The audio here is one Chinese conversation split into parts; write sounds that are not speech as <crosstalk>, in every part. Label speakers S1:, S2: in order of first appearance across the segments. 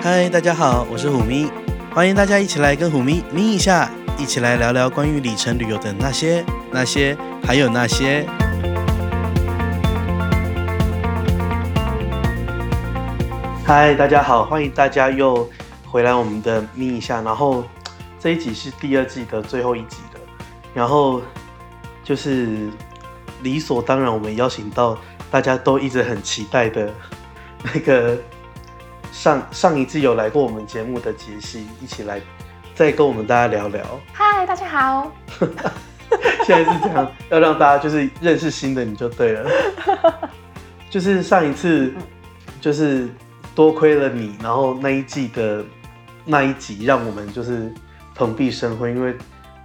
S1: 嗨，大家好，我是虎咪，欢迎大家一起来跟虎咪咪一下，一起来聊聊关于里程旅游的那些、那些，还有那些。嗨，大家好，欢迎大家又回来我们的咪一下，然后这一集是第二季的最后一集了，然后就是理所当然，我们邀请到大家都一直很期待的那个上上一季有来过我们节目的杰西，一起来再跟我们大家聊聊。 <laughs>
S2: 嗨，大家好。
S1: 现在是这
S2: <laughs>
S1: 样，要让大家就是认识新的你就对了。就是上一次，就是多亏了你，然后那一季的那一集，让我们就是蓬荜生辉，因为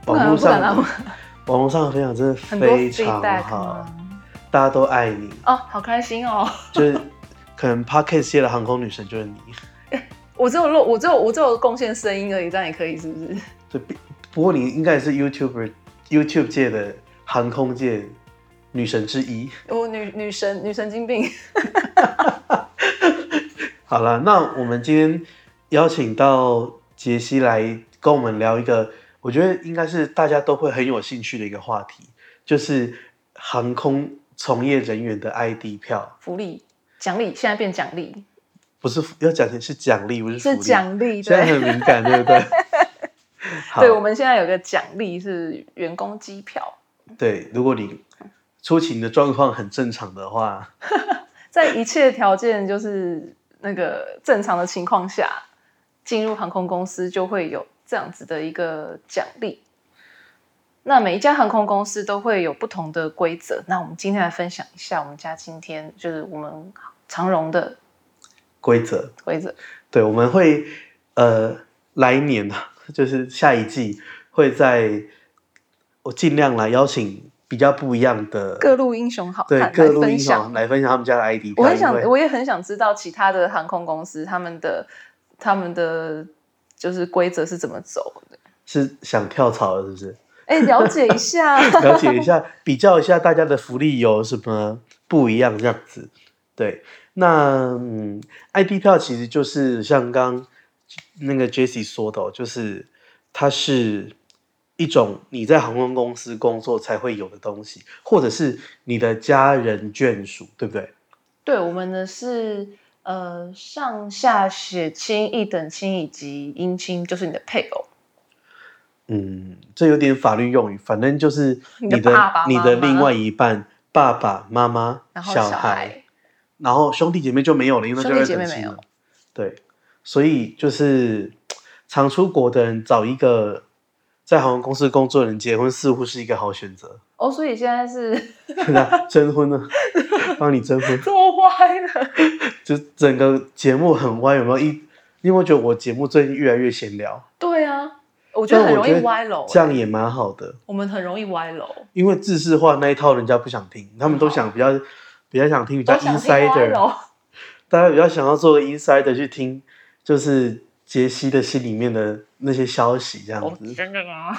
S1: 网络
S2: 不敢
S1: 上
S2: 不敢
S1: 的
S2: 啊
S1: 网络上的分享真的
S2: 很多
S1: 非常
S2: feedback <laughs>
S1: 好
S2: 吗，
S1: 大家都爱你，
S2: 哦，好开心哦！ <laughs>
S1: 就是可能 Podcast 界的航空女神就是你。
S2: 我只有录，我只有我只有贡献声音而已，这样也可以是不是？ <laughs>
S1: 对，不不过你应该也是 YouTuber YouTube 界的航空界女神之一。
S2: 我女女神女神经病，
S1: 好了，那我们今天邀请到杰西来跟我们聊一个，我觉得应该是大家都会很有兴趣的一个话题，就是航空从业人员的 ID 票，
S2: 福利奖励，现在变奖励，
S1: 不是要讲的是奖励，不是福
S2: 是
S1: 利。
S2: 奖励，
S1: 现在
S2: 对
S1: 很敏感，对不
S2: <laughs>
S1: 对？好
S2: 对，我们现在有个奖励是员工机票，
S1: 对，如果你出勤的状况很正常的话，
S2: 在一切条件就是那个正常的情况下，进入航空公司就会有这样子的一个奖励。那每一家航空公司都会有不同的规则，那我们今天来分享一下我们家今天就是我们长荣的
S1: 规则
S2: 规则。
S1: 对，我们会呃来年啊，就是下一季会在我尽量来邀请比较不一样的
S2: 各路英雄好汉
S1: 对
S2: 来
S1: 各路
S2: 分
S1: 英雄
S2: 享
S1: 来分享他们家的 ID 票，
S2: 我很
S1: 因
S2: 想，
S1: 为
S2: 我也很想知道其他的航空公司他们的他们的就是规则是怎么走的。
S1: 是想跳槽了，是不是？
S2: 哎，了解一下。
S1: <laughs> 了解一下，比较一下大家的福利有什么不一样这样子。对，那嗯，ID 票其实就是像刚那个 Jesse 说的、哦，就是它是一种你在航空公司工作才会有的东西，或者是你的家人眷属，对不对？
S2: 对，我们的是呃上下血亲、一等亲以及姻亲，就是你的配偶。
S1: 嗯，这有点法律用语，反正就是
S2: 你
S1: 的
S2: 的爸爸
S1: 你的
S2: 妈妈
S1: 另外一半，爸爸妈妈、
S2: 然后
S1: 小孩
S2: 孩，
S1: 然后兄弟姐妹就没有了，因为那就
S2: 兄弟姐妹
S1: 二等亲
S2: 没有
S1: 了。对，所以就是常出国的人找一个在航空公司工作的人结婚，似乎是一个好选择。 <laughs>
S2: 哦，所以现在是
S1: 那征婚呢？ <laughs> 帮你征婚，
S2: 这么歪的，
S1: 就整个节目很歪，有没有一？因为我觉得我节目最近越来越闲聊，
S2: 对啊，我觉得
S1: 但
S2: 很
S1: 我
S2: 容
S1: 觉
S2: 易
S1: 得
S2: 歪楼、
S1: 这样
S2: 哎
S1: 也蛮好的。
S2: 我们很容易歪楼，
S1: 因为自式化那一套人家不想听，他们都想比较比较想听比较
S2: 我想听歪
S1: insider，
S2: 楼。
S1: 大家比较想要做个 insider 去听，就是杰西的心里面的那些消息这样子。
S2: 真的吗？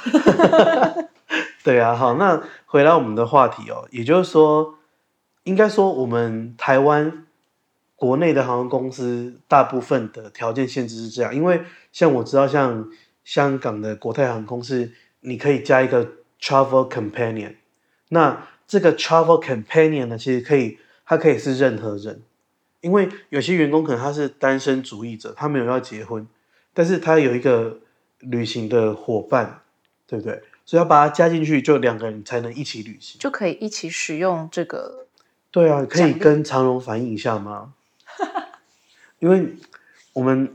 S1: 对啊，好，那回来我们的话题哦，也就是说，应该说我们台湾国内的航空公司大部分的条件限制是这样，因为像我知道，像香港的国泰航空是你可以加一个 travel companion，那这个 travel companion 呢，其实可以，它可以是任何人，因为有些员工可能他是单身主义者，他没有要结婚，但是他有一个旅行的伙伴，对不对？所以要把它加进去，就两个人才能一起旅行。
S2: <laughs> 就可以一起使用这个。
S1: 对啊，可
S2: 奖
S1: 以
S2: 励
S1: 跟长荣反映一下吗？ <laughs> 因为我们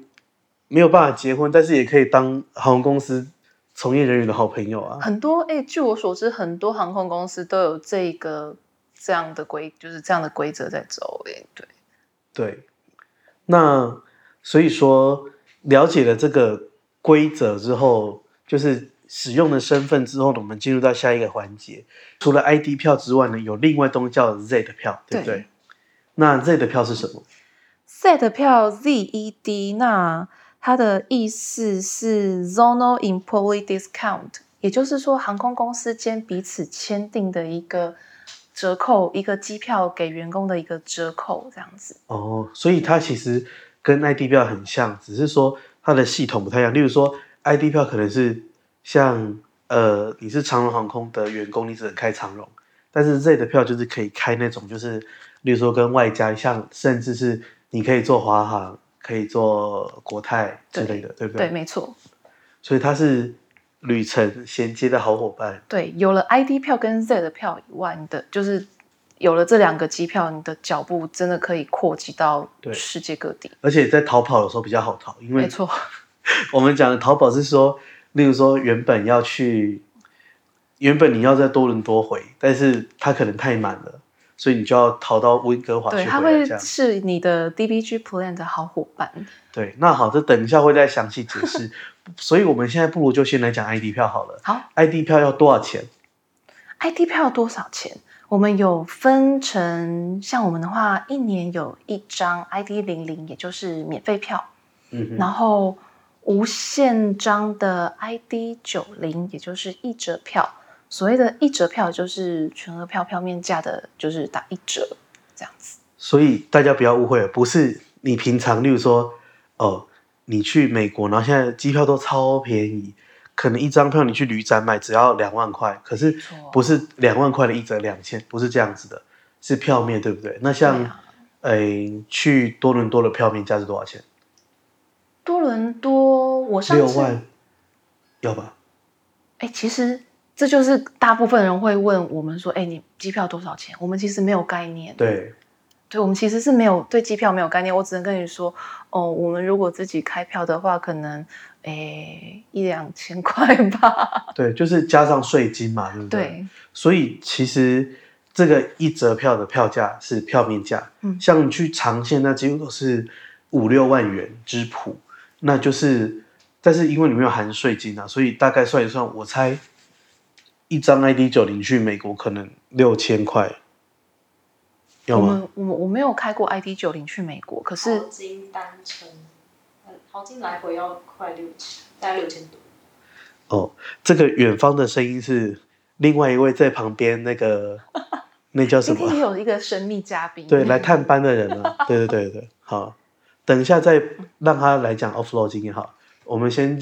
S1: 没有办法结婚，但是也可以当航空公司从业人员的好朋友啊。
S2: 很多哎、据我所知，很多航空公司都有这个这样的规，就是这样的规则在走哎、对。
S1: 对，那所以说了解了这个规则之后，就是使用的身份之后呢，我们进入到下一个环节。除了 ID 票之外呢，有另外东西叫 Z 的票，对不对？
S2: 对
S1: 那 Z 的票是什么？
S2: Z 的票 Z E D，那它的意思是 Zonal Employee Discount，也就是说航空公司间彼此签订的一个折扣，一个机票给员工的一个折扣，这样子。
S1: 哦，所以它其实跟 ID 票很像，只是说它的系统不太一样。例如说 ID 票可能是像呃你是长荣航空的员工，你只能开长荣，但是 Z 的票就是可以开那种就是，例如说跟外加像甚至是你可以做华航，可以做国泰之类的，对不
S2: 对，没错，
S1: 所以它是旅程衔接的好伙伴。
S2: 对，有了 ID 票跟 Z 的票以外，你的就是有了这两个机票，你的脚步真的可以扩及到
S1: 对
S2: 世界各地。
S1: 而且在逃跑的时候比较好逃，因
S2: 没
S1: 为
S2: 错，
S1: 我们讲的逃跑是说，例如说原本要去，原本你要在多伦多回，但是它可能太满了，所以你就要逃到温哥华
S2: 对，
S1: 去
S2: 他
S1: 回来
S2: 会
S1: 这样。
S2: 是你的 DBG Plan 的好伙伴。
S1: 对，那好，这等一下会再详细解释。 <laughs> 所以我们现在不如就先来讲 ID 票好了。
S2: 好
S1: ID 票要多少钱？
S2: ，ID 票多少钱？我们有分成，像我们的话，一年有一张 ID 零零，也就是免费票，
S1: 嗯哼，
S2: 然后无限张的 ID 九零，也就是一折票。所谓的一折票就是全额票票面价的，就是打一折这样子。
S1: 所以大家不要误会了，不是你平常，例如说，哦，你去美国，然后现在机票都超便宜，可能一张票你去旅展买只要两万块，可是
S2: 错
S1: 不是两万块的一折两千，不是这样子的，是票面对不对？那像
S2: 对啊，
S1: 诶、去多伦多的票面价是多少钱？
S2: 多伦多，我上
S1: 六
S2: 次
S1: 万，要吧？
S2: 哎、其实这就是大部分人会问我们说，哎、你机票多少钱？我们其实没有概念。
S1: 对，
S2: 对，我们其实是没有对机票没有概念。我只能跟你说，哦，我们如果自己开票的话，可能哎、一两千块吧。
S1: 对，就是加上税金嘛，对不对？
S2: 对，
S1: 所以其实这个一折票的票价是票面价，
S2: 嗯
S1: 像你去长线那几乎都是五六万元之谱，那就是，但是因为你没有含税金啊，所以大概算一算，我猜一张 ID 九零去美国可能六千块，有
S2: 我
S1: 吗？
S2: 们我们我没有开过 ID 九零去美国，可是
S3: 淘金单程，呃淘金来回要快六千，大概六千多。
S1: 哦，这个远方的声音是另外一位在旁边那个那叫什
S2: 今
S1: 么
S2: 天？也有一个神秘嘉
S1: <laughs>
S2: 宾，
S1: 对，来探班的人啊，对对对对，好，等一下再让他来讲 offload 经验好，我们先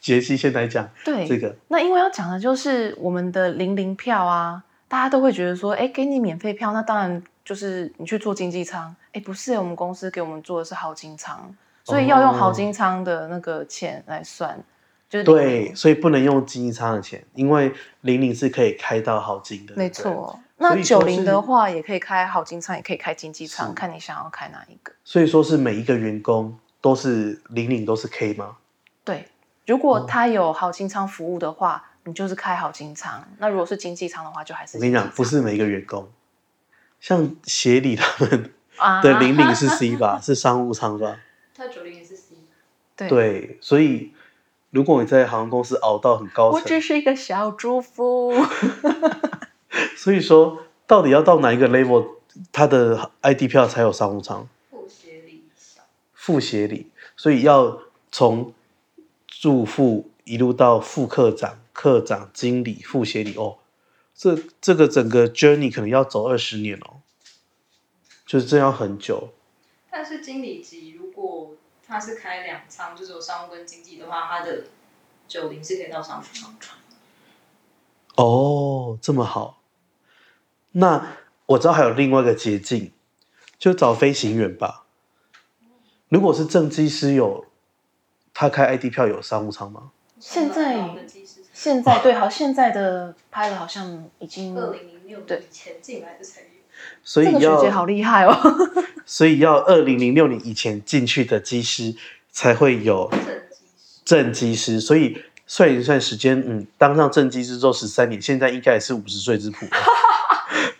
S1: 杰西先来讲
S2: 对
S1: 这个，
S2: 那因为要讲的就是我们的零零票啊，大家都会觉得说，哎，给你免费票，那当然就是你去做经济舱。哎，不是，我们公司给我们做的是豪金舱，所以要用豪金舱的那个钱来算，就是零零
S1: 哦对，，所以不能用经济舱的钱，因为零零是可以开到好金的，
S2: 没
S1: 对不对。
S2: 错。
S1: 所
S2: 那
S1: 以
S2: 九
S1: 说是
S2: 零的话，也可以开豪金舱，也可以开经济舱，
S1: 是
S2: 看你想要开哪一个。
S1: 所以说是每一个员工都是零零都是 K 吗？
S2: 对，如果
S1: 哦
S2: 他有豪金舱服务的话，你就是开豪金舱；那如果是经济舱的话，就还是
S1: 我跟你
S2: 经济
S1: 讲，不
S2: 舱
S1: 是每一个员工，像协理他们
S2: 啊
S1: 的零零是 C 吧，是商务舱吧？
S3: 他九零也是 C，
S2: <laughs> 对。
S1: 对，所以如果你在航空公司熬到很高
S2: 我
S1: 层，
S2: 只是一个小猪夫。
S1: 所以说，到底要到哪一个 level，它的 ID 票才有商务舱
S3: 副协理小。
S1: 副协理？所以要从助副一路到副科长、科长、经理、副协理哦，这这个整个 journey 可能要走二十年哦，就是这要很久。
S3: 但是经理级如果他是开两仓，就是有商务跟经济的话，他的九零是可以到商务舱。
S1: 哦，这么好。那我知道还有另外一个捷径，就找飞行员吧。如果是正机师有，他开 ID 票有商务舱吗？
S2: 现在
S3: 我们其实
S2: 现在对，好，现在的拍了好像已经
S3: 二零零六
S2: 对
S3: 年以前进来的才有。
S1: 所以
S2: 这个学姐好
S1: 要，
S2: 厉害哦。 <laughs>
S1: 所以要二零零六年以前进去的机师才会有
S3: 正机师
S1: 正机师，所以算一算时间，嗯，当上正机师之后十三年，现在应该也是五十岁之
S2: <laughs>
S1: 谱了，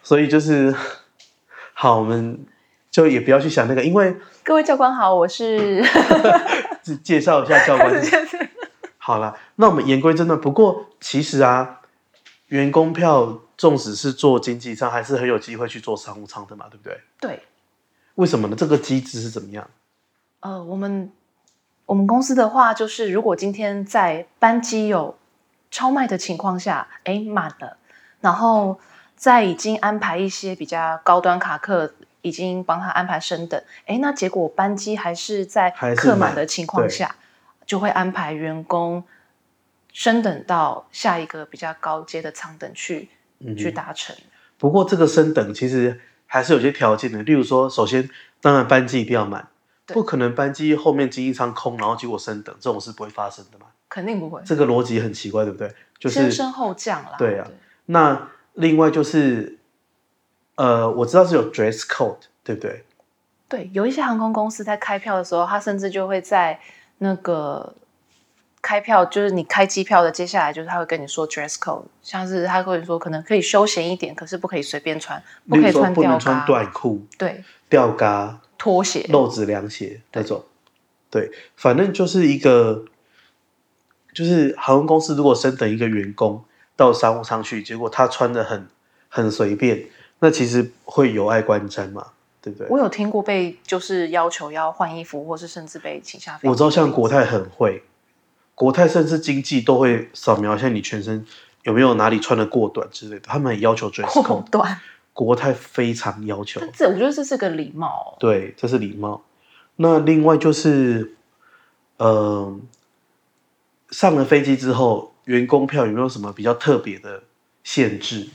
S1: 所以就是好，我们就也不要去想那个，因为
S2: 各位教官好，我是
S1: 自介绍一下教官
S2: <laughs>
S1: 是谁
S2: 是
S1: 好啦，那我们言归正传。不过其实啊，员工票纵使是做经济舱，还是很有机会去做商务舱的嘛，对不对？
S2: 对，
S1: 为什么呢？这个机制是怎么样？
S2: 呃，我们我们公司的话，就是如果今天在班机有超卖的情况下，哎满了，然后在已经安排一些比较高端卡客已经帮他安排升等，诶，那结果班机还是在
S1: 还是
S2: 客满
S1: 满
S2: 的情况
S1: 对
S2: 下，就会安排员工升等到下一个比较高阶的舱等去、
S1: 嗯
S2: 去达成。
S1: 不过这个升等其实还是有些条件的，例如说，首先当然班机一定要满，
S2: 对
S1: 不可能班机后面经济舱空，然后结果升等，这种是不会发生的嘛。
S2: 肯定不会，
S1: 这个逻辑很奇怪，对不对？就
S2: 先
S1: 是
S2: 升后降啦。
S1: 对啊那另外就是，呃，我知道是有 dress code，对不对？
S2: 对，有一些航空公司在开票的时候，它甚至就会在那个开票，就是你开机票的，接下来就是他会跟你说 dress code，像是他会说可能可以休闲一点，可是不可以随便穿，不
S1: 例
S2: 可
S1: 如
S2: 以
S1: 说
S2: 穿
S1: 不
S2: 吊
S1: 能穿
S2: 嘎，
S1: 短裤、
S2: 对，
S1: 吊嘎、
S2: 拖鞋，
S1: 露趾凉鞋那种。对，反正就是一个，就是航空公司如果升等一个员工到商务舱去，结果他穿的很很随便，那其实会有碍观瞻嘛，对不对？
S2: 我有听过被就是要求要换衣服，或是甚至被请下飞机。
S1: 我知道像国泰很会，国泰甚至经济都会扫描一下你全身有没有哪里穿的过短之类的，他们很要求 dress
S2: 过
S1: code，
S2: 短，
S1: 国泰非常要求。
S2: 但这我觉得这是个礼貌哦、
S1: 对，这是礼貌。那另外就是，呃，上了飞机之后，员工票有没有什么比较特别的限制？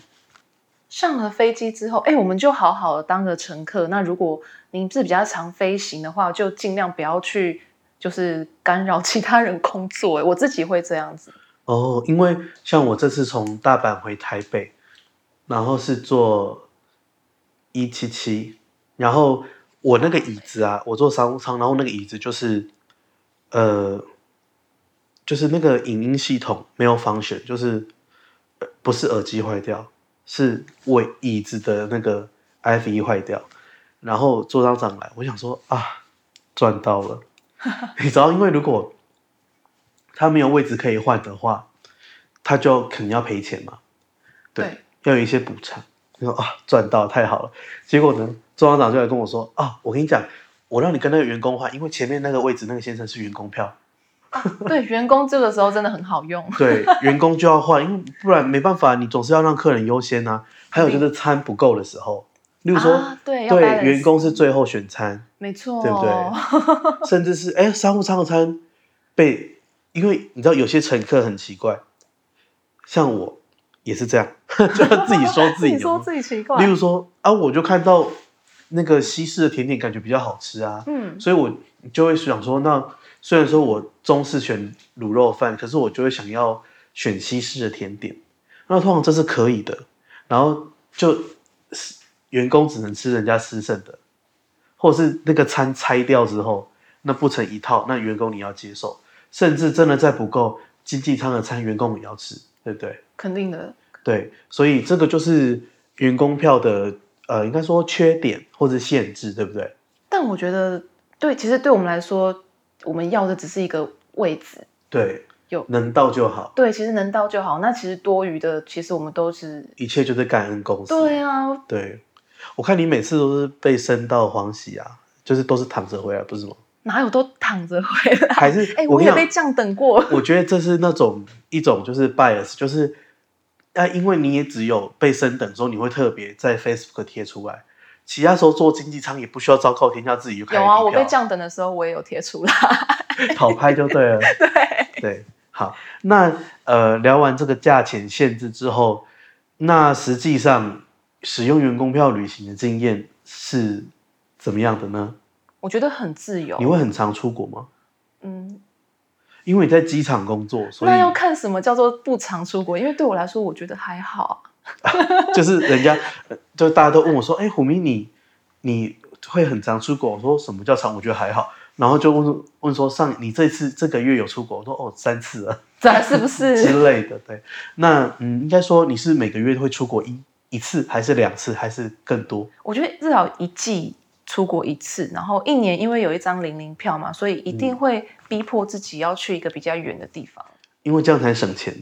S2: 上了飞机之后，哎、我们就好好的当个乘客。那如果您是比较常飞行的话，就尽量不要去就是干扰其他人工作、诶我自己会这样子，
S1: 哦，因为像我这次从大阪回台北，然后是坐一七七，然后我那个椅子啊，我坐商务舱，然后那个椅子就是，呃，就是那个影音系统没有 function，就是呃不是耳机坏掉，是我椅子的那个 FE 坏掉，然后座舱长来，我想说啊，赚到了， <laughs> 你知道，因为如果他没有位置可以换的话，他就肯定要赔钱嘛。
S2: 对
S1: 要有一些补偿。你说啊，赚到太好了。结果呢，中央长就来跟我说啊，我跟你讲，我让你跟那个员工换，因为前面那个位置那个先生是员工票，
S2: 对员工这个时候真的很好用。 <laughs>
S1: 对，员工就要换，因为不然没办法，你总是要让客人优先啊。还有就是餐不够的时候，例如说，
S2: 哎啊、对要
S1: 对
S2: balance
S1: 员工是最后选餐，
S2: 没错，哦
S1: 对不
S2: <laughs>
S1: 对？甚至是哎，商务舱的餐被，因为你知道有些乘客很奇怪，像我也是这样， <laughs> 就自己说自
S2: <laughs> 自
S1: 己有没有，
S2: 己说自己奇怪
S1: 例，如说啊，我就看到那个西式的甜点感觉比较好吃啊，
S2: 嗯，
S1: 所以我就会想说，那虽然说我中式选卤肉饭，可是我就会想要选西式的甜点。那通常这是可以的，然后就是员工只能吃人家吃剩的，或者是那个餐拆掉之后，那不成一套，那员工你要接受，甚至真的再不够，经济舱的餐员工也要吃，对不对？
S2: 肯定的，
S1: 对，所以这个就是员工票的呃，应该说缺点或是限制，对不对？
S2: 但我觉得对，其实对我们来说，我们要的只是一个位置，
S1: 对，
S2: 有
S1: 能到就好，
S2: 对，其实能到就好。那其实多余的，其实我们都是
S1: 一切就是感恩公司。
S2: 对啊，
S1: 对我看你每次都是被升到黄喜啊，就是都是躺着回来，不是吗？
S2: 哪有都躺着回来？
S1: 还是
S2: 哎、
S1: 我
S2: 我
S1: 跟
S2: 也
S1: 你
S2: 被
S1: 讲，
S2: 这样等过。
S1: 我觉得这是那种一种就是 bias，就是啊，因为你也只有被升等之后，你会特别在 Facebook 贴出来。其他时候坐经济舱也不需要昭告天下自己就开
S2: 有啊，
S1: 机
S2: 我
S1: 票
S2: 被这样等的时候，我也有贴出来。 <laughs>
S1: 讨拍就对了。
S2: 对，
S1: 对，好，那呃，聊完这个价钱限制之后，那实际上使用员工票旅行的经验是怎么样的呢？
S2: 我觉得很自由
S1: 你。会很常出国吗？
S2: 嗯，
S1: 因为你在机场工作，所
S2: 那要
S1: 以
S2: 看什么叫做不常出国，因为对我来说，我觉得还好啊。
S1: 就是人家呃就大家都问我说：“哎、虎明你你会很常出国？”我说：“什么叫常？我觉得还好。”然后就问问说：“上你这次这个月有出国？”我说：“哦，三次了
S2: 这是
S1: <laughs>
S2: 不是？
S1: 之类的。”对，那嗯，应该说你是每个月会出国一一次，还是两次，还是更多？
S2: 我觉得至少一季出国一次，然后一年因为有一张零零票嘛，所以一
S1: 嗯
S2: 定会逼迫自己要去一个比较远的地方。
S1: 因为这样才省钱。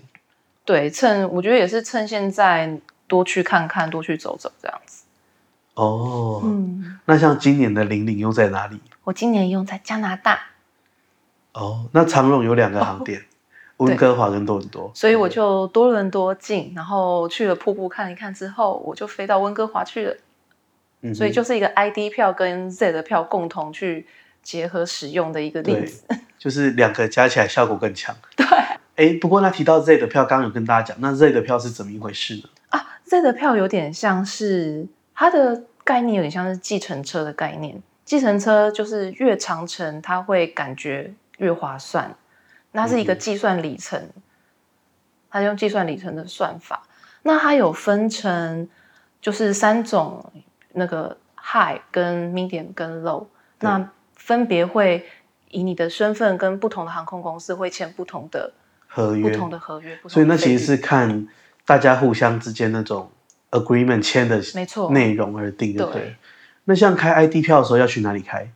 S2: 对，趁我觉得也是趁现在多去看看，多去走走这样子。
S1: 哦，
S2: 嗯，
S1: 那像今年的零零又在哪里？
S2: 我今年用在加拿大。
S1: 哦，那长荣有两个航点，温哥华跟多伦多。
S2: 所以我就多伦多进，然后去了瀑布看一看之后，我就飞到温哥华去了。
S1: 嗯哼
S2: 所以就是一个 ID 票跟 Z 的票共同去结合使用的一个例
S1: 对
S2: 子。，
S1: 就是两个加起来效果更强。对，哎，不过那提到 Z 的票，刚刚有跟大家讲，那 Z 的票是怎么一回事呢？
S2: 啊，Z 的票有点像是它的概念，有点像是计程车的概念。计程车就是越长程，它会感觉越划算。那它是一个
S1: 嗯哼
S2: 计算里程，它用计算里程的算法。那它有分成就是三种那个 high 跟 medium 跟 low，
S1: 对
S2: 那分别会以你的身份跟不同的航空公司会签不同的
S1: 合
S2: 不
S1: 约，
S2: 同的合约，不同的
S1: 所以那
S2: 费
S1: 其实
S2: 率
S1: 是看大家互相之间那种 agreement 签的
S2: 没错
S1: 内容而定，对不对
S2: 哦对？
S1: 那像开 ID 票的时候要去哪里开？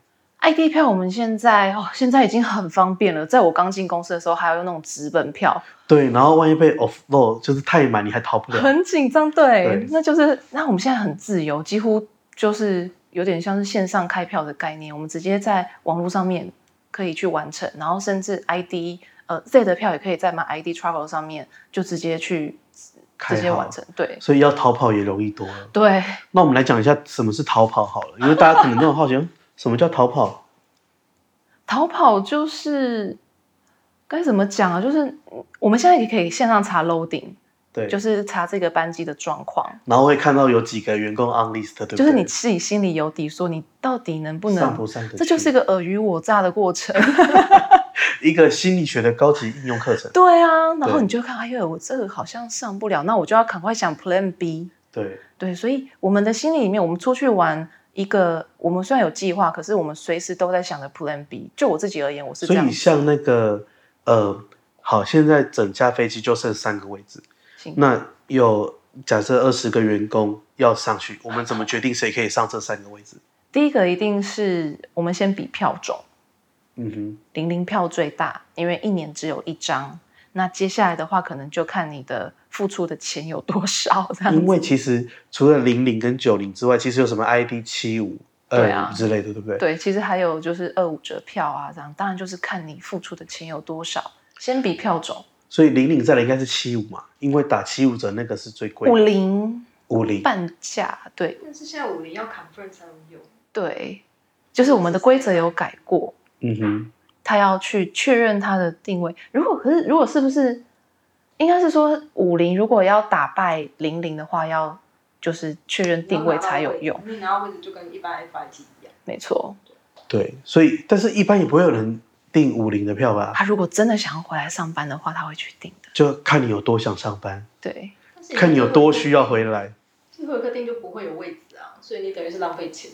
S2: ID 票我们现在哦，现在已经很方便了。在我刚进公司的时候，还有那种纸本票，
S1: 对，然后万一被 offload 就是太满，你还逃
S2: <laughs>
S1: 不了。
S2: 很紧张。对，
S1: 啊对
S2: 那就是那我们现在很自由，几乎就是有点像是线上开票的概念，我们直接在网络上面可以去完成，然后甚至 ID 呃 Z 的票也可以在 My ID Travel 上面就直接去
S1: 开
S2: 直接
S1: 好
S2: 完成。对
S1: 所以要逃跑也容易多了。
S2: 对，
S1: 那我们来讲一下什么是逃跑好了，因为大家可能都很好奇，嗯 <laughs> 什么叫逃跑？
S2: 逃跑就是该怎么讲啊？就是我们现在也可以线上查 loading，
S1: 对，
S2: 就是查这个班机的状况。
S1: 然后会看到有几个员工 on list，对不对？
S2: 就是你自己心里有底，说你到底能不
S1: 上
S2: 能，
S1: 不上得去
S2: 这就是一个尔虞我诈的过程。 <laughs>
S1: 一个心理学的高级应用课程。
S2: 对啊，然后
S1: 对
S2: 你就看，哎呦，我这个好像上不了，那我就要赶快想 Plan B。
S1: 对，
S2: 对，所以我们的心里里面，我们出去玩一个，我们虽然有计划，可是我们随时都在想着 Plan B。就我自己而言，我是这
S1: 所
S2: 样
S1: 以。像那个呃，好，现在整架飞机就剩三个位置，
S2: 行
S1: 那有假设二十个员工要上去，我们怎么决定谁可以上这三个位置？
S2: 第一个一定是我们先比票种，
S1: 嗯哼，
S2: 零零票最大，因为一年只有一张。那接下来的话，可能就看你的付出的钱有多少，这样子
S1: 因为其实除了零零跟九零之外，其实有什么 ID 七五
S2: 对啊
S1: 二五之类的，对不对？
S2: 对，其实还有就是二五折票啊，这样当然就是看你付出的钱有多少，先比票种，
S1: 所以零零再来应该是七五嘛，因为打七五折那个是最贵
S2: 五
S1: 的。
S2: 零
S1: 五零，
S2: 半价，对
S3: 但是现在五零要 confirm 才能有，
S2: 对，就是我们的规则有改过，
S1: 嗯哼，
S2: 他要去确认他的定位。如果可是如果是不是，应该是说五零如果要打败零零的话，要就是确认定位才有用，
S3: 你拿到位置就跟一般 FIT 一样，
S2: 没错。
S1: 对，所以但是一般也不会有人订五零的票吧？
S2: 他如果真的想要回来上班的话，他会去定的，
S1: 就看你有多想上班，
S2: 对。
S3: 但是
S1: 看你有多需要回来。
S3: 最后一刻定就不会有位置啊，所以你等于是浪费钱，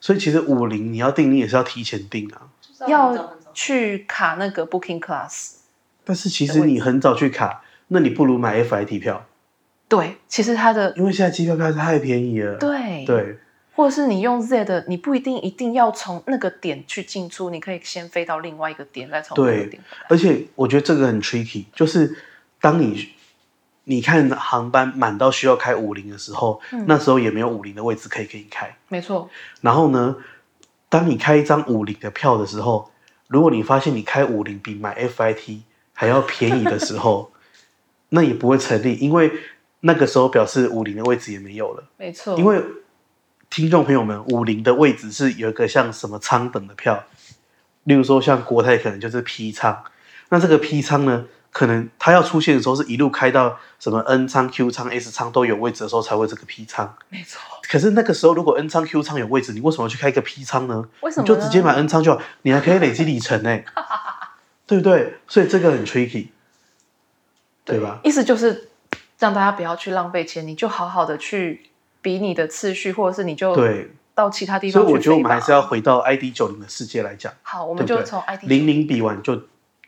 S1: 所以其实五零你要订，你也是要提前订啊。
S3: 就是很早
S2: 要
S3: 很早。
S2: 去卡那个 Booking Class，
S1: 但是其实你很早去卡，那你不如买 FIT 票，
S2: 对，其实它的
S1: 因为现在机票票太便宜了。
S2: 对，
S1: 对
S2: 或者是你用 Z 的，你不一定一定要从那个点去进出，你可以先飞到另外一个点，再从那个
S1: 对
S2: 点回来。
S1: 而且我觉得这个很 tricky，就是当你你看航班满到需要开五零的时候，
S2: 嗯
S1: 那时候也没有五零的位置可以给你开。
S2: 没错，
S1: 然后呢，当你开一张五零的票的时候，如果你发现你开五零比买 FIT 还要便宜的时
S2: <laughs>
S1: 候，那也不会成立，因为那个时候表示五零的位置也没有了。
S2: 没错，
S1: 因为听众朋友们，五零的位置是有一个像什么舱等的票，例如说像国泰可能就是 P 舱，那这个 P 舱呢，可能它要出现的时候是一路开到什么 N 舱、Q 舱、S 舱都有位置的时候才会这个 P 舱。
S2: 没错，
S1: 可是那个时候，如果 N 仓 Q 仓有位置，你为什么要去开一个 P 仓呢？
S2: 为什么
S1: 你
S2: 呢
S1: 就直接买 N 仓就好，你还可以累积里程
S2: <laughs>
S1: 呢、对不对？所以这个很 tricky，对吧？
S2: 意思就是让大家不要去浪费钱，你就好好的去比你的次序，或者是你就
S1: 对，
S2: 到其他地
S1: 所
S2: 方
S1: 以
S2: 去
S1: 我觉得我
S2: 飞
S1: 们还
S2: 吧。
S1: 是要回到 ID 九零的世界来讲，
S2: 好，我
S1: 对
S2: 们
S1: 不
S2: 就
S1: 对
S2: 从 ID
S1: 零零比完就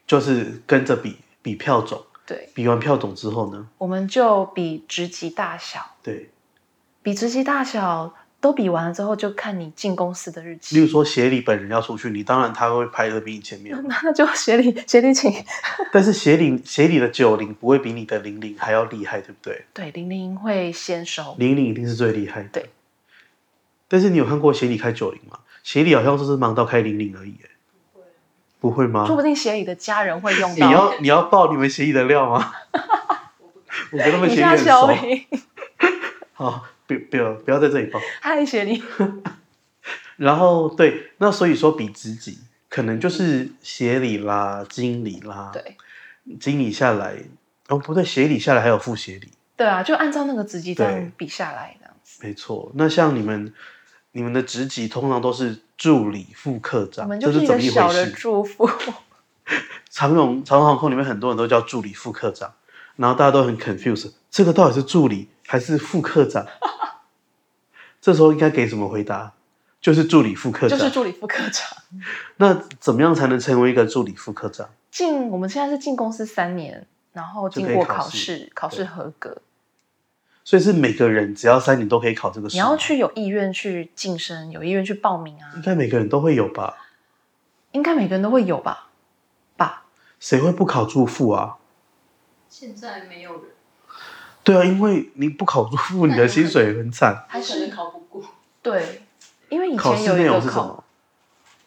S1: 就是跟着比比票种，
S2: 对，
S1: 比完票种之后呢，
S2: 我们就比职级大小，
S1: 对，
S2: 比职级大小都比完了之后，就看你进公司的日
S1: 例如
S2: 期。
S1: 说协理本人要出去，你当然他会排的比你前面，
S2: <laughs> 那就协理协理请，
S1: 但是协理协理的九零不会比你的零零还要厉害，对不对？
S2: 对，零零会先收，
S1: 零零一定是最厉害的。
S2: 对。
S1: 但是你有看过协理开九零吗？协理好像就是忙到开零零而已耶，
S3: 不会
S1: 不会
S2: 说
S1: 吗？
S2: 不定协理的家人会用
S1: 啊你
S2: 到。
S1: 要你要爆你们
S2: <laughs>
S1: 协理的料吗？
S3: 我不
S1: 我跟他们
S2: 以
S1: 协理
S2: 下 <laughs>
S1: 很
S2: 消
S1: 熟。
S2: 音。
S1: 好，不不要不要在这里报。
S2: 嗨，雪梨，
S1: 啊然后对，那所以说比职级，可能就是协理啦、经理啦，
S2: 对
S1: 经理下来，哦不对，协理下来还有副协理，
S2: 对啊，就按照那个职级这
S1: 对
S2: 样比下来，这样子。
S1: 没错。那像你们你们的职级通常都是助理、副科
S2: 我
S1: 长，
S2: 们
S1: 啊这
S2: 就是
S1: 是
S2: 一
S1: 怎
S2: 个
S1: 么一
S2: 小
S1: 回
S2: 的
S1: 事？
S2: 祝福，
S1: 长荣长荣航空里面很多人都叫助理、副科长，然后大家都很 confused，这个到底是助理还是副科长？ <laughs> 这时候应该给什么回答？就是助理、副科
S2: 就
S1: 长。
S2: 是助理副科长。
S1: 那怎么样才能成为一个助理、副科长？
S2: 进我们现在是进公司三年，然后
S1: 就
S2: 经
S1: 可以
S2: 过
S1: 考
S2: 考
S1: 试
S2: 试，考
S1: 对
S2: 试合格，
S1: 所以是每个人只要三年都可以考这个试
S2: 你
S1: 吗。
S2: 要去有意愿去晋升，有意愿去报名啊
S1: 应，该每个人都会有吧？
S2: 应该每个人都会有吧？吧，
S1: 谁会不考住副啊？
S3: 现在没有人，
S1: 对啊，因为你不考住副，你的薪水很惨。
S2: 还
S3: 有可能
S2: 是
S3: 考不过。
S2: 对，因为以
S1: 考
S2: 前
S1: 试
S2: 有
S1: 内
S2: 一
S1: 容
S2: 个
S1: 是什
S2: 考
S1: 么？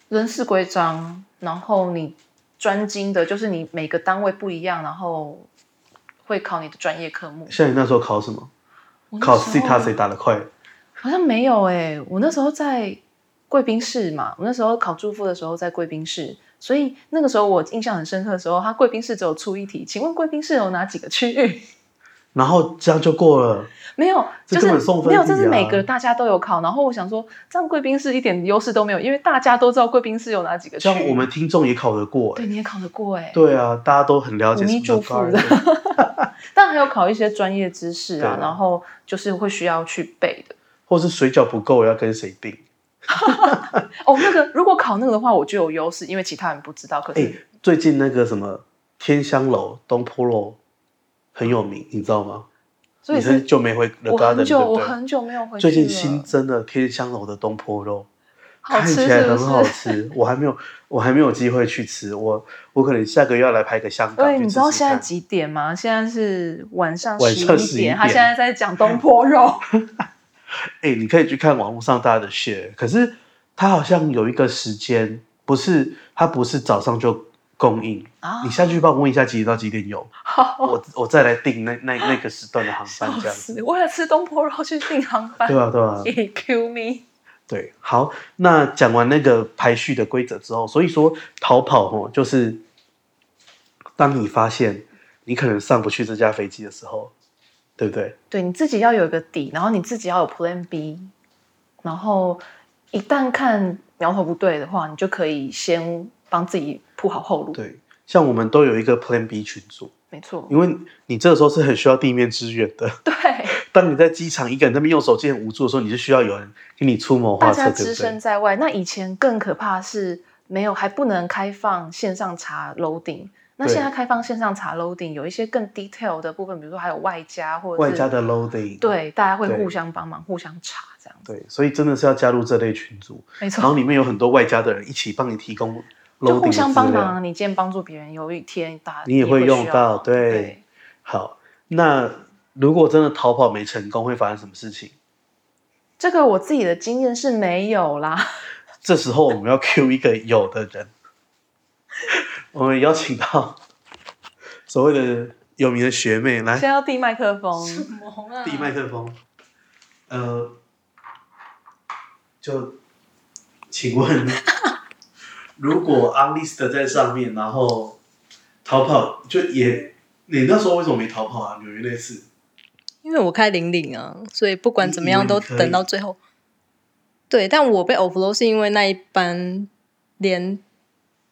S2: 人事规章，然后你专精的就是你每个单位不一样，然后会考你的专业科目。
S1: 像你那时候考什么？
S2: 我那
S1: 考
S2: 时
S1: C
S2: 候
S1: 他谁打得快？
S2: 好像没有哎、我那时候在贵宾室嘛，我那时候考住附的时候在贵宾室，所以那个时候我印象很深刻的时候，它贵宾室只有出一题，请问贵宾室有哪几个区域？ <laughs>
S1: 然后这样就过了。
S2: 没有，
S1: 这
S2: 就
S1: 根
S2: 是
S1: 本送分
S2: 没有，
S1: 题
S2: 这是每个
S1: 啊
S2: 大家都有考。然后我想说，这样贵宾室一点优势都没有，因为大家都知道贵宾室有哪几个区
S1: 这
S2: 域。
S1: 样我们听众也考得过、
S2: 对
S1: 欸。
S2: 你也考得过哎、
S1: 对啊，大家都很了解
S2: 忤
S1: 什
S2: 逆
S1: 么叫
S2: 祝福
S1: guard
S2: 的，但还有考一些专业知识
S1: 对
S2: 啊
S1: 啊，
S2: 然后就是会需要去背的。
S1: 或是水饺不够要跟谁订？
S2: 哦，那个如果考那个的话，我就有优势，因为其他人不知道。可
S1: 哎、
S2: 是
S1: 最近那个什么天香楼东坡楼很有名，你知道吗？
S2: 所以
S1: 你
S2: 是
S1: 很久没回 The
S2: 我
S1: Garden，
S2: 很久
S1: 对不
S2: 我
S1: 对
S2: 很久没有回去
S1: 最
S2: 了。
S1: 近新增了天香楼的东坡肉，
S2: 好
S1: 看
S2: 吃
S1: 起来
S2: 是不
S1: 很好
S2: 是？
S1: 吃。我还没有，我还没有机会去吃。我我可能下个月要来拍个香港
S2: 对，
S1: 去
S2: 你
S1: 吃
S2: 知
S1: 吃
S2: 道现在
S1: 看
S2: 几点吗？现在是晚上
S1: 晚上
S2: 一
S1: 11
S2: 点，他
S1: 点
S2: 现在在讲东坡肉。
S1: 哎、你可以去看网络上大家的 share，可是它好像有一个时间，不是它不是早上就供应。
S2: 啊
S1: <laughs> 你下去帮我问一下几点到几点有，
S2: 好，
S1: 我我再来订那那那个时段的航
S2: 笑
S1: 班这样子。
S2: 死！哦为了吃东坡肉去订航班
S1: 对啊，对
S2: <laughs>
S1: 啊，
S2: 也 Q me。
S1: 对，好，那讲完那个排序的规则之后，所以说逃跑哦，就是当你发现你可能上不去这架飞机的时候，对不对？
S2: 对，你自己要有一个底，然后你自己要有 Plan B，然后一旦看苗头不对的话，你就可以先帮自己铺好后路。，
S1: 对，像我们都有一个 Plan B 群组，
S2: 没错，
S1: 因为你这个时候是很需要地面支援的。 <laughs>
S2: 对，
S1: 当你在机场一个人在那边用手机很无助的时候，你是需要有人给你出谋
S2: 大
S1: 划
S2: 家
S1: 策，
S2: 置
S1: 对不
S2: 身
S1: 对？
S2: 在外。那以前更可怕的是没有，还不能开放线上查 loading。那
S1: 对
S2: 现在开放线上查 loading，有一些更 detail 的部分，比如说还有外加或者
S1: 外
S2: 是
S1: 加的 loading，
S2: 对，大家会
S1: 对
S2: 互相帮忙、互相查这样子。
S1: 对，所以真的是要加入这类群组，
S2: 没错，
S1: 然后里面有很多外加的人一起帮你提供 loading
S2: 就互相帮
S1: 的资料
S2: 忙，你今天帮助别人，有一天大家
S1: 你也会
S2: 需
S1: 用
S2: 要
S1: 到哎
S2: 帮
S1: 对
S2: 对，
S1: 好，那如果真的逃跑没成功，会发生什么事情？
S2: 这个我自己的经验是没有啦， <laughs>
S1: 这时候我们要 <laughs> Q 一个有的人， <laughs> 我们邀请到所谓的有名的学妹来
S2: 现在要递麦克
S3: 什
S2: 风，
S3: 么啊？
S1: 递麦克风。呃，就请问， <laughs> 如果 unlist 在上面，然后逃跑，就也你那时候为什么没逃跑啊？纽约那次，
S4: 因为我开零零啊，所以不管怎么样都
S1: 你以为你可以
S4: 等到最后。对，但我被 overload 是因为那一班连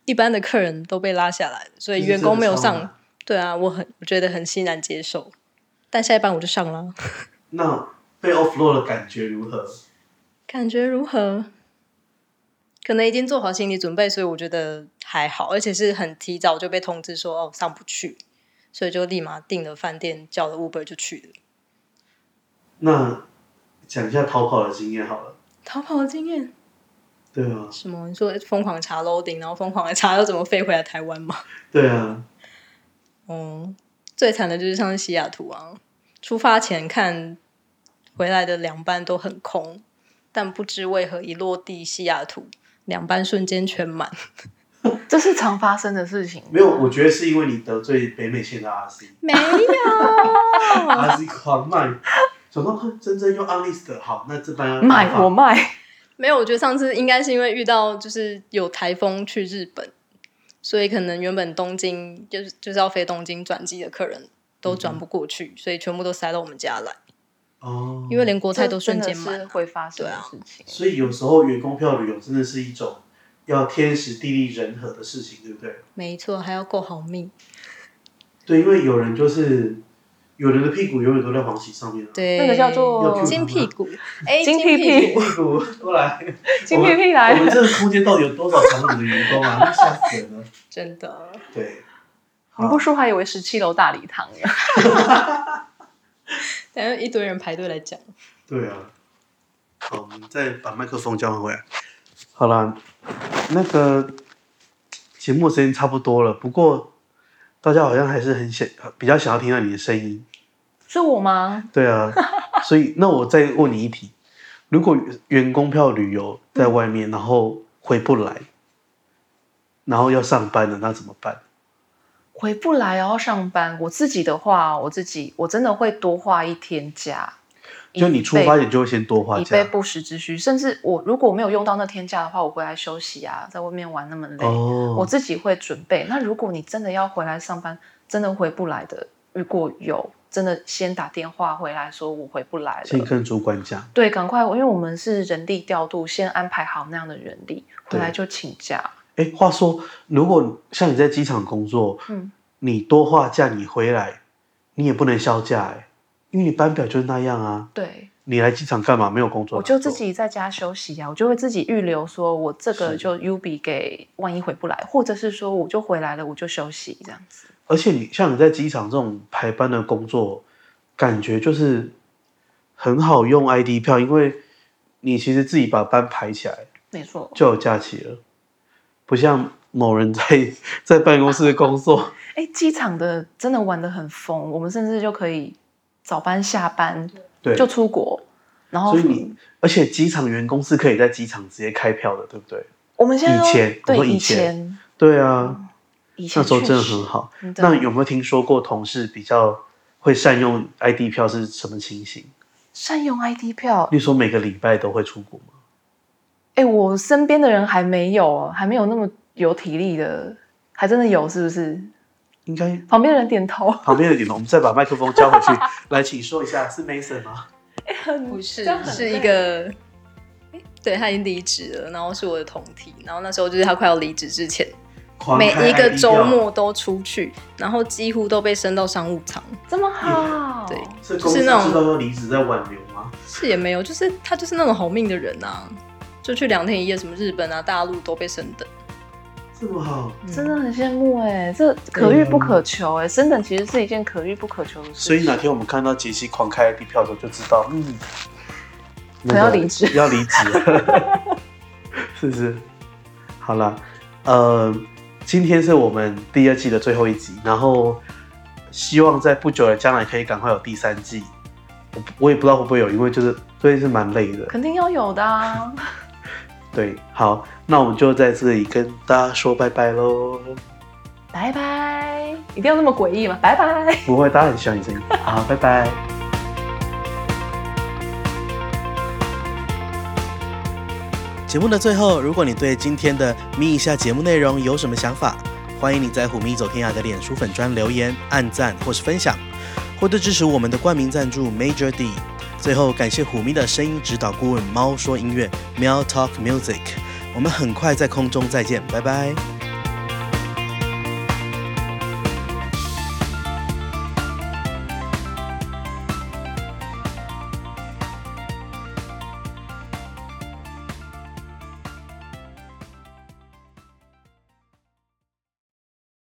S4: 一般的客人都被拉下来了，所以员工没有
S1: 就是这个超
S4: 上。对啊，我很我觉得很欣然接受，但下一班我就上了，啊
S1: 那被 offload 的感觉如何？
S4: 感觉如何？可能已经做好心理准备，所以我觉得还好，而且是很提早就被通知说哦上不去，所以就立马订了饭店，叫了 Uber 就去了。
S1: 那讲一下逃跑的经验好了，
S4: 逃跑的经验
S1: 对啊，
S4: 什么？你说疯狂查 loading，然后疯狂的查要怎么飞回来台湾吗？
S1: 对啊，
S4: 哦，最惨的就是像是西雅图啊，出发前看回来的两班都很空，但不知为何一落地西雅图，两班瞬间全满。
S2: 这是常发生的事情。
S1: 没有，我觉得是因为你得罪北美线的 RC，RC
S4: 没有，
S1: 狂卖，想说哼真真又 honest 的好，那这班要
S2: 卖
S1: 放
S2: 我卖，
S4: 没有，我觉得上次应该是因为遇到就是有台风去日本，所以可能原本东京就是就是要飞东京转机的客人都转不过去，所以全部都塞到我们家来，
S1: 哦，
S4: 因为连国菜都
S2: 这真
S4: 瞬
S2: 的
S4: 间满
S2: 是。会发生的
S4: 对啊
S2: 事情。
S1: 所以有时候员工票旅游真的是一种要天时地利人和的事情，对不对？
S4: 没错，还要够好命。
S1: 对，因为有人就是有人的屁股永远都在黄芪上面、啊，，
S4: 对，
S2: 那个叫做
S1: 要
S4: 金屁 <laughs> 股，哎，
S2: 金屁
S4: 屁
S2: 屁
S4: <laughs>
S1: 屁股都来，
S2: 金屁屁来
S1: 我们
S2: 了，
S1: 这个空间到底有多少藏我们的员工啊？ <laughs> 吓死人了。
S4: 真的。
S1: 对，
S2: 你不说还以为十七楼大礼堂呢。
S4: 然后一堆人排队来讲，
S1: 对啊。好，我们再把麦克风交换回来。好啦，那个节目时间差不多了，不过大家好像还是很想比较想要听到你的声音。
S2: 是我吗？
S1: 对啊，所以那我再问你一题：如果员工票旅游在外面，然后回不来，然后要上班了，那怎么办？
S2: 回不来然后上班，我自己的话，哦我自己我真的会多花一天假，
S1: 就你出
S2: 以备
S1: 发前就会先多花
S2: 以备
S1: 假
S2: 不时之需。甚至我如果没有用到那天假的话，我回来休息啊，在外面玩那么累，我
S1: 哦，
S2: 自己会准备。那如果你真的要回来上班，真的回不来的，如果有真的先打电话回来说我回不来了，
S1: 先跟主管讲。
S2: 对，赶快，因为我们是人力调度，先安排好那样的人力，
S1: 对
S2: 回来就请假。
S1: 哎，话说，如果像你在机场工作，
S2: 嗯，
S1: 你多花假，你回来，你也不能销假哎，因为你班表就是那样啊。
S2: 对，
S1: 你来机场干嘛？没有工作
S2: 我
S1: 拿做，
S2: 就自己在家休息啊，我就会自己预留，说我这个
S1: 是
S2: 就 U B 给万一回不来，或者是说我就回来了，我就休息这样子。
S1: 而且你像你在机场这种排班的工作，感觉就是很好用 ID 票，因为你其实自己把班排起来
S2: 没错，
S1: 就有假期了，不像某人在在办公室工作。
S2: 哎，机场的真的玩的很疯，我们甚至就可以早班下班
S1: 对，
S2: 就出国，然后
S1: 所以你而且机场员工是可以在机场直接开票的，对不对？
S2: 我们现在都
S1: 以前我说
S2: 对
S1: 以
S2: 以
S1: 前
S2: 前
S1: 对啊，
S2: 以前
S1: 那时候真的
S2: 确实
S1: 很，好。
S2: 真的
S1: 那有没有听说过同事比较会善用 ID 票是什么情形？
S2: 善用 ID 票
S1: 例如说每个礼拜都会出国吗？
S2: 哎、我身边的人还没有，还没有那么有体力的，还真的有，是不是？
S1: 应该
S2: 旁边的人点头，
S1: 旁边的点头，我们再把麦克风交回
S4: <laughs>
S1: 去。来，请说一下，是 Mason 吗？
S4: 不
S2: <laughs>
S4: 是
S2: 这样，很
S4: 是
S2: 累
S4: 一个，诶对他已经离职了，然后是我的同体，然后那时候就是他快要离职之前，
S1: 狂
S4: 每
S1: 开
S4: 一个
S1: ID
S4: 周
S1: 票
S4: 末都出去，然后几乎都被升到商务舱，
S2: 这么好，
S4: 对
S1: 是公司知
S4: 是那种
S1: 道要离职在挽留吗？
S4: 是也没有，就是他就是那种好命的人啊，就去两天一夜，什么日本啊、大陆都被升等，嗯
S1: 这么好，
S2: 真的很羡慕哎、这可遇不可求哎、升等其实是一件可遇不可求的事情。
S1: 所以哪天我们看到杰西狂开 ID 票的时候，就知道，嗯，那
S2: 可能要
S1: 个
S2: 离职
S1: 要离职 <laughs> 了，是不是？好了，呃，今天是我们第二季的最后一集，然后希望在不久的将来可以赶快有第三季。我我也不知道会不会有，因为就是最近是蛮累的。
S2: 肯定要有的啊！
S1: 对，好，那我们就在这里跟大家说拜拜喽。
S2: 拜拜，一定要那么诡异吗？拜拜。
S1: 不会，大家很喜欢 <laughs> 你声音。好，拜拜。节目的最后，如果你对今天的咪一下节目内容有什么想法，欢迎你在虎咪走天涯的脸书粉专留言、按赞或是分享，或者支持我们的冠名赞助 Major D。最后，感谢虎咪的声音指导顾问猫说音乐 Meow Talk Music。我们很快在空中再见，拜拜。